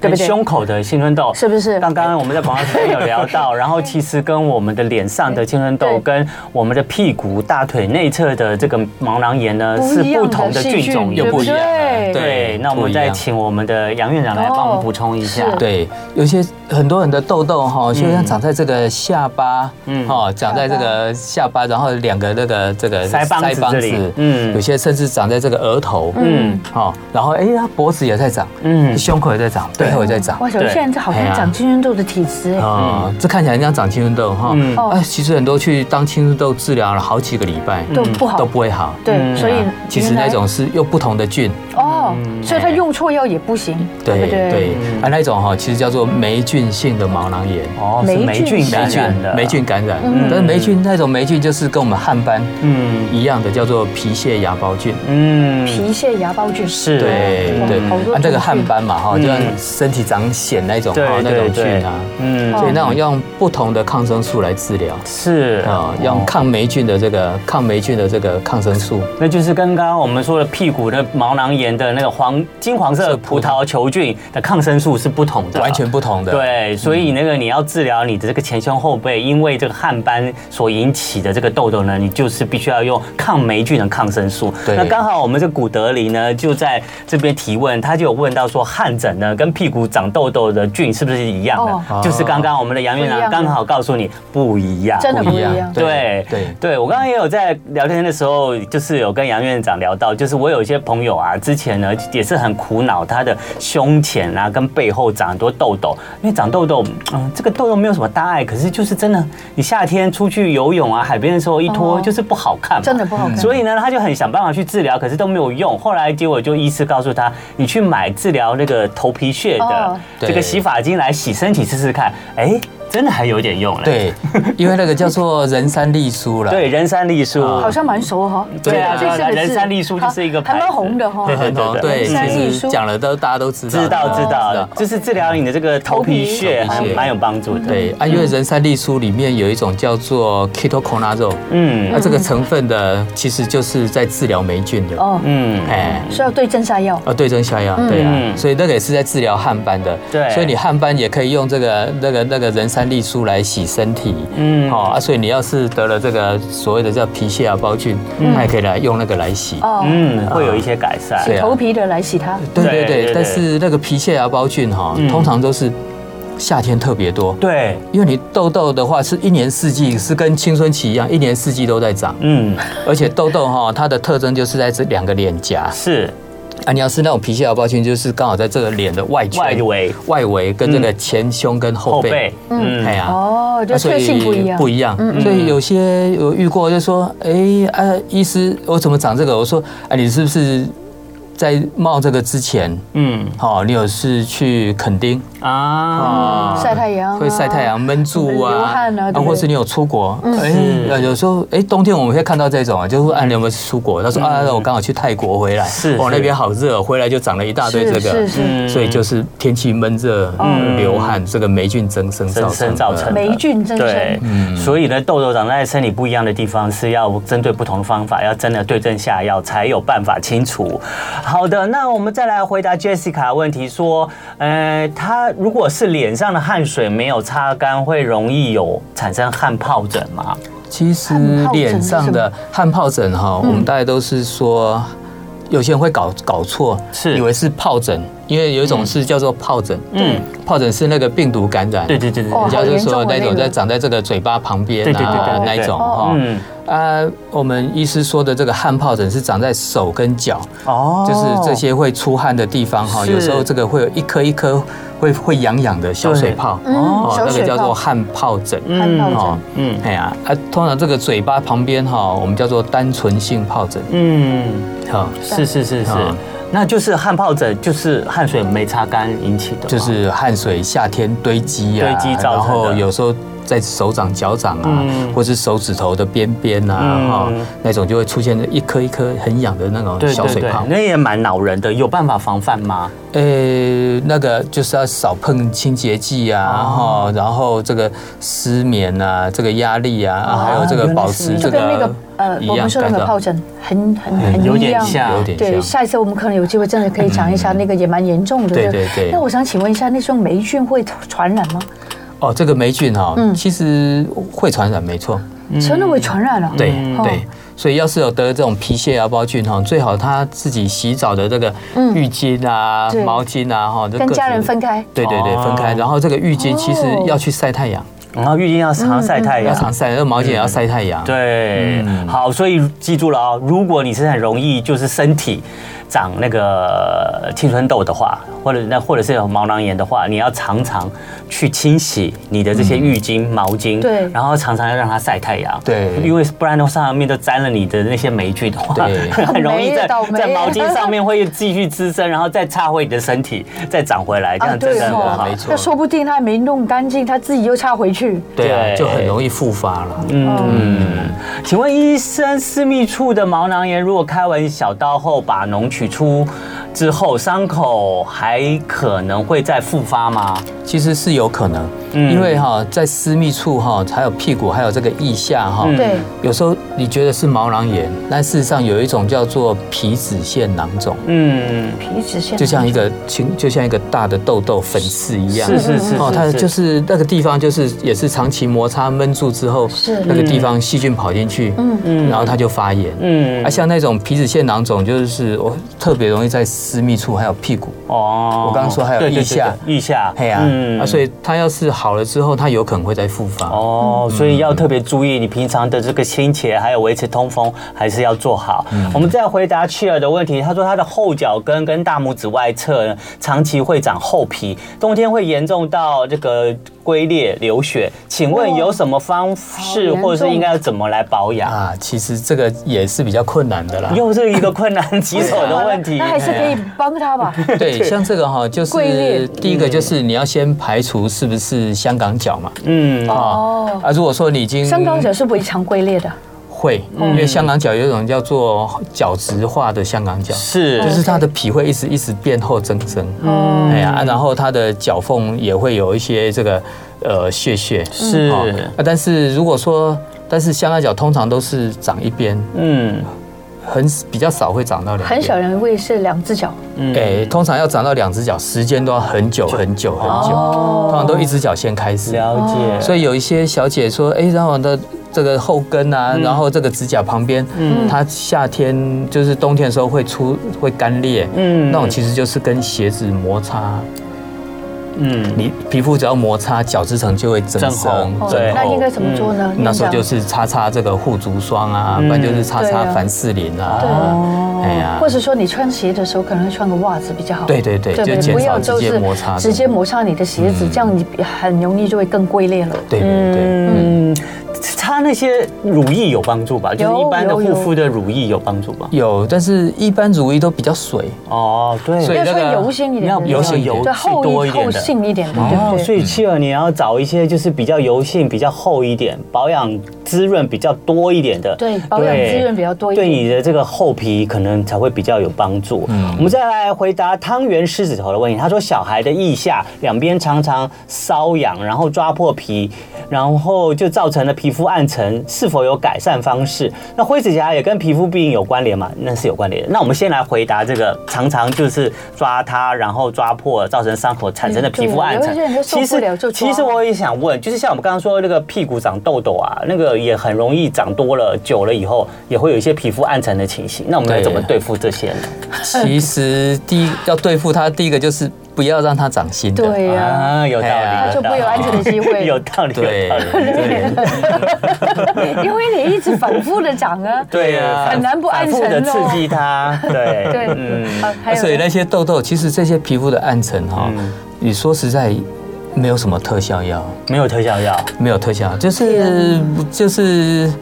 对不
跟
对？
胸口的青春痘
是不是
刚刚我们在广告时间有聊 到，然后其实跟我们的脸上的青春
对
痘，跟我们的屁股、大腿内侧的这个毛囊炎呢，
不
是
一样
不
的
同的
细
菌
菌
种，
又
不
不一样了
对
对，那我
不
们
一
再
样
请我们的杨院长来帮我们补充一下
哦。
对，有些很多人的痘痘哈，就像长在这个下巴，
嗯
嗯，哦，长在这个下巴，然后两个那个这个
腮帮子这里嗯
嗯，有些甚至长在这个额头，嗯，哦，然后哎，他脖子也在长，
嗯
嗯，胸口也在长，背后也在长，
哇，有些人这好像
对
长青春痘的体质哎。
啊、这看起来很像长青春痘哈
嗯。
哎、其实很多去当青春痘治疗了好几个礼拜，
都不好
都不会好。
对，所以
啊其实
原来
那种是又不同的菌，
哦，所以他用错药也不行，对不
嗯对
对？
对，啊那种哈，其实叫做霉菌性的毛囊炎。
哦，是
霉
霉
菌
菌
感
感
霉菌
染的，
霉菌感染，但是霉菌那种霉菌就是跟我们汗斑
嗯
一样的，叫做皮屑芽孢菌。
嗯，
皮屑芽孢菌
是
对
哇
对
好多，
啊
种
这个汗
菌
斑嘛哈，
嗯
就像身体长癣那种
对
哈，那
对
种菌
对
啊，
嗯
所以那种用不同的抗生素来治疗。
是
啊，用抗霉菌的这个抗霉菌的这个抗生素，
那就是跟刚刚我们说的屁股的毛囊炎的那个黄金黄色葡萄球菌的抗生素是不同的，
完全不同的。，嗯
对，所以那个你要治疗你的这个前胸后背，因为这个汗斑所引起的这个痘痘呢，你就是必须要用抗霉菌的抗生素。
对
那刚好我们这古德林呢就在这边提问，他就有问到说汗疹呢跟屁股长痘痘的菌是不是一样的？
哦
就是刚刚我们的杨院
不一
长
样
刚好告诉你不一样，
真的不一
不一
样
样。
对
对
对，我刚刚也有在聊天的时候，就是有跟杨院长聊到，就是我有一些朋友啊，之前呢也是很苦恼，他的胸前啊跟背后长很多痘痘，因为长痘痘，嗯，这个痘痘没有什么大碍，可是就是真的，你夏天出去游泳啊，海边的时候一
哦
脱就是不好看嘛，
真的不好看
所以呢，他就很想办法去治疗，可是都没有用。后来结果就医师告诉他，你去买治疗那个头皮屑
哦
的这个
对
洗发精来洗身体试试看，哎。真的还有点用嘞。
对，因为那个叫做人参栗酥啦。
对，人参栗树，
嗯
好像蛮熟哈。
对啊
这四个字
人参栗树就是一个
还
牌
蛮
子
红的哈。
对对
哦，对，
人参栗
其实
酥
讲了都大家都知道，
知道知道，就是治疗你的这个头皮屑，
头皮
还
屑
蛮有帮助的。
对，啊，因为人参栗酥里面有一种叫做 ketoconazole，那
嗯
这个成分的其实就是在治疗霉菌的。
哦，
嗯，
哎，
是要对症下药。
啊，对症下药，对啊
嗯，
所以那个也是在治疗汗斑的，
对
所以你汗斑也可以用这个那个那个人参栗酥来洗身体，
嗯
嗯，哦啊，所以你要是得了这个所谓的叫皮屑芽孢菌，它也可以来用那个来洗，
哦，
嗯，会有一些改善。
对啊
头皮的来洗它。
对
对对
对
嗯对
对，但是那个皮屑芽孢菌哈，通常都是夏天特别多，
对，
因为你痘痘的话是一年四季是跟青春期一样，一年四季都在长，
嗯，
而且痘痘哈它的特征就是在这两个脸颊
是
啊，你要是那种皮屑芽孢菌，就是刚好在这个脸的外圈
外围
外围跟这个前胸跟后
后背
背，，
嗯
哎，呀。
哦，就
啊所
特
以
性不一样。嗯
不一样。所以有些有遇过就说，哎，啊，医师，我怎么长这个？我说，啊，你是不是在冒这个之前，
嗯
好，你有是去垦丁
啊，
啊
晒太阳啊
会晒太阳闷住啊，
流汗啊对不嗯对
或是你有出国，哎，呃
嗯
有时候哎，冬天我们会看到这种啊，就是说啊，你有没有出国？他说啊，我刚好去泰国回来，
嗯是
哦，
是
那边好热，回来就长了一大堆
是
这个
是，嗯是
嗯
所以就是天气闷热、嗯流汗，这个霉菌增生
增
造成
生
的
造成的
霉菌增生
对，
嗯
所以呢，痘痘长在身体不一样的地方，是要针对不同的方法，要真的对症下药，才有办法清除。好的，那我们再来回答 Jessica 的问题，说，呃，她如果是脸上的汗水没有擦干，会容易有产生汗疱疹吗？
其实脸上的汗疱疹哈，
嗯
我们大概都是说，有些人会搞搞错，
是
以为是疱疹，因为有一种是叫做疱疹，
嗯
嗯，疱疹是那个病毒感染，
对对对对
哦
人家就说
好严重的
那
那
种
个
在长在这个嘴巴旁边
对对对
啊
对
那一种
哦
哈，
嗯，
啊，我们医师说的这个汗疱疹是长在手跟脚，
哦
就是这，些会出汗的地方哈，
是
有时候这个会有一颗一颗会会痒痒的小水泡，
嗯
哦，
小
那个
水
叫做
泡。
汗疱疹，
汗疱疹
哦
嗯
哎呀，啊，通常这个嘴巴旁边哈，我们叫做单纯性疱疹，
嗯，
哈，
是是是是
啊，
那就是汗疱疹，就是汗水没擦干引起的吗，
就是汗水夏天堆积啊，
堆积造成的
然后有时候在手掌、脚掌啊，
嗯
或是手指头的边边啊，
嗯
哈、那种就会出现一颗一颗很痒的那种
对
小
对
水
对
泡，。
那也蛮恼人的，有办法防范吗？
呃，那个就是要少碰清洁剂啊，哈、然后这个失眠啊，这个压力啊，啊还有这个保持
就
这
跟
个
那个呃，
一
我
样
们说那
干
个
燥
疱疹很很很
有
一
点
样。
像
有点
对，
像。嗯
下一次我们可能有机会真的可以讲一下那个也蛮严重的。
对
就
对对
那我想请问一下，那种霉菌会传染吗？
哦，这个霉菌哈、其实会传染，没错。
真的会传染
嗯
啊？
嗯对
哦
对，所以要是有得这种皮屑芽孢菌哈，最好他自己洗澡的这个浴巾啊
嗯对、
毛巾啊哈，就
跟
各
家
自
人分。开。
对对对，
哦
分开。然后这个浴巾其实
哦
要去晒太阳，
嗯
然后浴巾要常晒太
要常
阳。
晒，那个毛巾也要晒太阳。
啊对，好，所以记住了哦，如果你是很容易就是身体长那个青春痘的话，或者那或者是有毛囊炎的话，你要常常去清洗你的这些浴巾、毛巾，
对
然后常常要让它晒太阳，
对
因为不然的话上面都沾了你的那些霉菌的话，
对
很容易在
很霉倒霉
在毛巾上面会继续滋生，然后再插回你的身体，再长回来，这
啊
样真的很不
哦
好
没。错
那说不定他还没弄干净，他自己又插回去。
对啊，
对
就很容易复发了。
嗯，请问医生，私密处的毛囊炎如果开完小刀后把脓取出之后，伤口还可能会再复发吗？
其实是有可能，
嗯
因为哈在私密处哈，还有屁股，还有这个腋下哈，
嗯
对，
有时候你觉得是毛囊炎，但事实上有一种叫做皮脂腺囊肿。
嗯，
皮脂腺
就像一个青，就像一个大的痘痘粉刺一样，
是是是
哦，它
是是
就是那个地方，就是也是长期摩擦闷住之后，
是
那个地方细菌跑进去，嗯嗯，然后它就发炎，
嗯
嗯，啊，像那种皮脂腺囊肿，就是我特别容易在私密处还有屁股，
哦
我刚刚说还有
对对对
腋下
对腋下，嗯
哎呀，啊，所
以。
以它要是好了之后，它有可能会再复发，
哦，所以要特别注意你平常的这个清洁，还有维持通风，还是要做好。我们再回答 Cheer 的问题，他说他的后脚跟跟大拇指外侧呢长期会长厚皮，冬天会严重到这个龟裂流血，请问有什么方式，
好严重
或者是应该要怎么来保养？
啊，其实这个也是比较困难的啦。
又是一个困难棘手的问题
那。还是可以帮他吧。
对，像这个哈，就
贵
是
列
第一个就是你要先排除是不是香港脚嘛，
嗯，
啊
哦
啊，如果说你已经
香港脚是围常龟裂的，
会，
嗯
因为香港脚有一种叫做角质化的香港脚，
是
就，是它的皮会一直一直变厚增增，
嗯
哦
哎呀，啊然后它的脚缝也会有一些这个呃屑屑，
是
哦啊，但是如果说但是香港脚通常都是长一边，
嗯
很比较少会长到两边，
很少人会是两只脚。
嗯，
哎，通常要长到两只脚，时间都要很久很久很久，
哦
通常都一只脚先开始。
了解，
所以有一些小姐说，哎，让我的这个后跟
嗯
啊，然后这个指甲旁边，它夏天就是冬天的时候会出会干裂，
嗯
嗯，那种其实就是跟鞋子摩擦，
嗯，
你皮肤只要摩擦，角质层就会增
增
生
厚
哦
对
增
那应该怎
厚。
么做呢？
嗯那时候就
院长
是擦擦这个护足霜啊，
嗯
不然就是擦
对
擦
啊
凡士林
对
啊，
啊。
哎呀
或者说你穿鞋的时候可能穿个袜子比较好。
对对对
不
就减
不
少
要
直
就
接
是
摩擦嗯
直接摩擦你的鞋子，这样你很容易就会更龟裂了。
对对对。
嗯，擦那些乳液有帮助吧？就是一般的护肤的乳液有帮助吧？
有，但是一般乳液都比较水，
哦，对，
所以
要
那个
穿油性一点
要
的，
油
对
性油
对厚
多
一
一点
厚
的
性一点的，对
哦
不，对？
所以企鹅你要找一些就是比较油性、比较厚一点、保养滋润比较多一点的，
对保养
对
滋润比较多一
对
点
你的这个厚皮可能才会比较有帮助。我们再来回答汤圆狮子头的问题，他说小孩的腋下两边常常瘙痒，然后抓破皮，然后就造成了皮肤暗沉，是否有改善方式？那灰指甲也跟皮肤病有关联吗？那是有关联的。那我们先来回答这个，常常就是抓它，然后抓破，造成伤口产生的皮肤暗沉
嗯对有一些人就。受不了就抓
其实我也想问，就是像我们刚刚说那个屁股长痘痘啊，那个也很容易长多了，久了以后也会有一些皮肤暗沉的情形。那我们要
对
怎么对付这些呢？
其实第一要对付它，第一个就是不要让它长新的。
对呀，
啊，有道理，
哎呀
有
那就不
道理
会有安全的机会
哎有道理，有
对
道理。
对
因为你一直反复的长啊，
对呀，
很难不
反
暗
复
沉
的
哦
刺激它，对，嗯
对，啊还
那所以
有呢
那些痘痘，其实这些皮肤的暗沉哈、你说实在没有什么特效药，
没有特效药，
没有特效药，就是就是。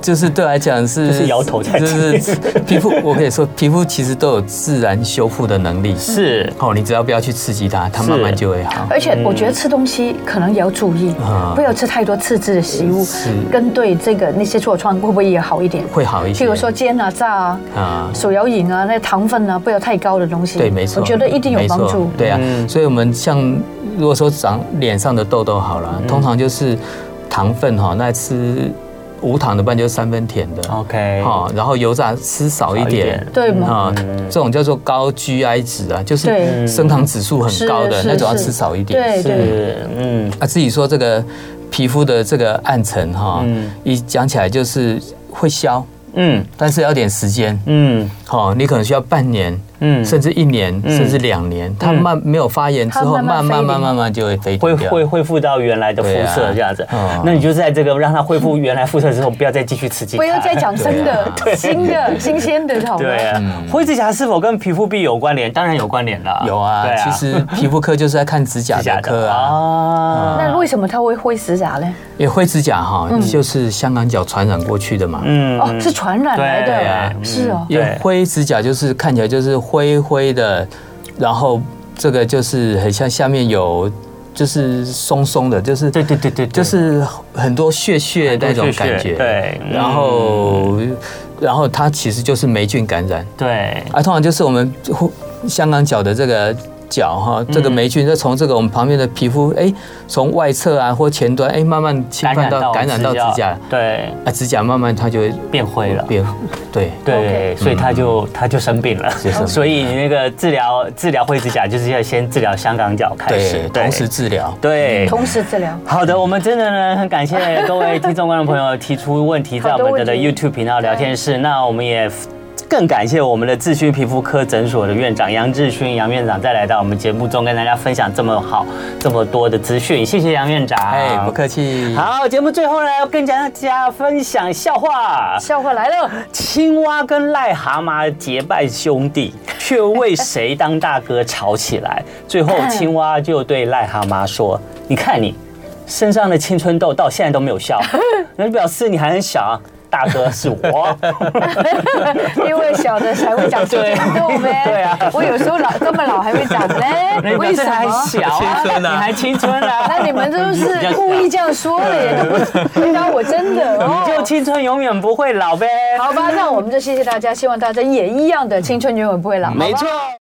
就是对我来讲是，
就是摇头在
就
讲
是皮肤，我可以说皮肤其实都有自然修复的能力。
是
哦，你只要不要去刺激它，它
是
慢慢就会好。
而且我觉得吃东西可能也要注意
嗯
啊，
不要吃太多刺激的食物
是，
跟对这个那些痤疮会不会也好一点？
会好一些
譬如说煎啊、炸啊、
啊，
手摇饮啊、那糖分啊，不要太高的东西。
对，没错，
我觉得一定有帮
没
助
错。对啊，
嗯
所以我们像如果说长脸上的痘痘好了，通常就是糖分哈，那吃无糖的，不然就是三分甜的。
，OK，
哈，然后油炸吃少一
哦少一
点
点。
对嘛？
啊，这种叫做高 GI 值啊，就是
对
升糖指数很高的
是是
那种，要
是
吃少一点。
对对，
是，嗯，
啊，自己说这个皮肤的这个暗沉哈，一讲起来就是会消，
嗯，
但是要点时间。
嗯，
好、你可能需要半年，
嗯
嗯，甚至一年，甚至两年，它慢没有发炎之后，
它慢慢
慢慢
飞
慢
离
慢慢就会飞
恢
掉。
恢恢复到原来的肤色这样子
对啊嗯，
那你就在这个让它恢复原来肤色之后，不要再继续刺激它，
不要再讲生的、
对
新的、新鲜的好吗？
对啊，灰指甲是否跟皮肤病有关联？当然有关联了。
嗯有啊，
对
其实皮肤科就是在看指甲
指甲
的科
的
啊，
啊，
那为什么它会灰指甲呢？
也灰指甲哈、就是香港脚传染过去的嘛。
嗯
哦，是传染来
对
啊
的，是哦。
因为
对
灰指甲就是看起来就是灰灰的，然后这个就是很像下面有就是松松的，就是
对对对对对
就是很多屑屑嗯那种感
很多屑屑
觉。
对嗯
然后然后它其实就是霉菌感染。
对，
啊，通常就是我们呼香港脚的这个脚哈，这个霉菌就从这个我们旁边的皮肤，哎，从外侧啊或前端，哎，慢慢侵犯到感染到指甲，
对，
啊，指甲慢慢它就会
变灰了。
变，对，
对，
OK
所以他就他就生病了
就生病，了
所以你那个治疗治疗灰指甲就是要先治疗香港脚开始
对，，同时治疗。
对。
同时治疗，
好的，我们真的呢很感谢各位听众观众朋友提出问题，在我们的
好多问题哎
YouTube 频道聊天室。那我们也更感谢我们的智勋皮肤科诊所的院长杨志勋杨院长再来到我们节目中跟大家分享这么好这么多的资讯，谢谢杨院长。
哎，不客气。
好，节目最后呢，要跟大家分享笑话。
笑话来了，
青蛙跟癞蛤蟆结拜兄弟，却为谁当大哥吵起来。最后，青蛙就对癞蛤蟆说：“你看你身上的青春痘到现在都没 有消，那表示你还很小啊。”大哥是我，
因为小的才会长青
对
春痘呗。
对啊
我有时候老这么老还会长嘞，
你表
为
示
什
还
么？
小啊，
青春 啊
你还青春
那
啊，
你们都是故意这样说的耶，都不回答我真的哦。
就青春永远不会老呗。
好吧，那我们就谢谢大家，希望大家也一样的青春永远不会老。好吧
没错。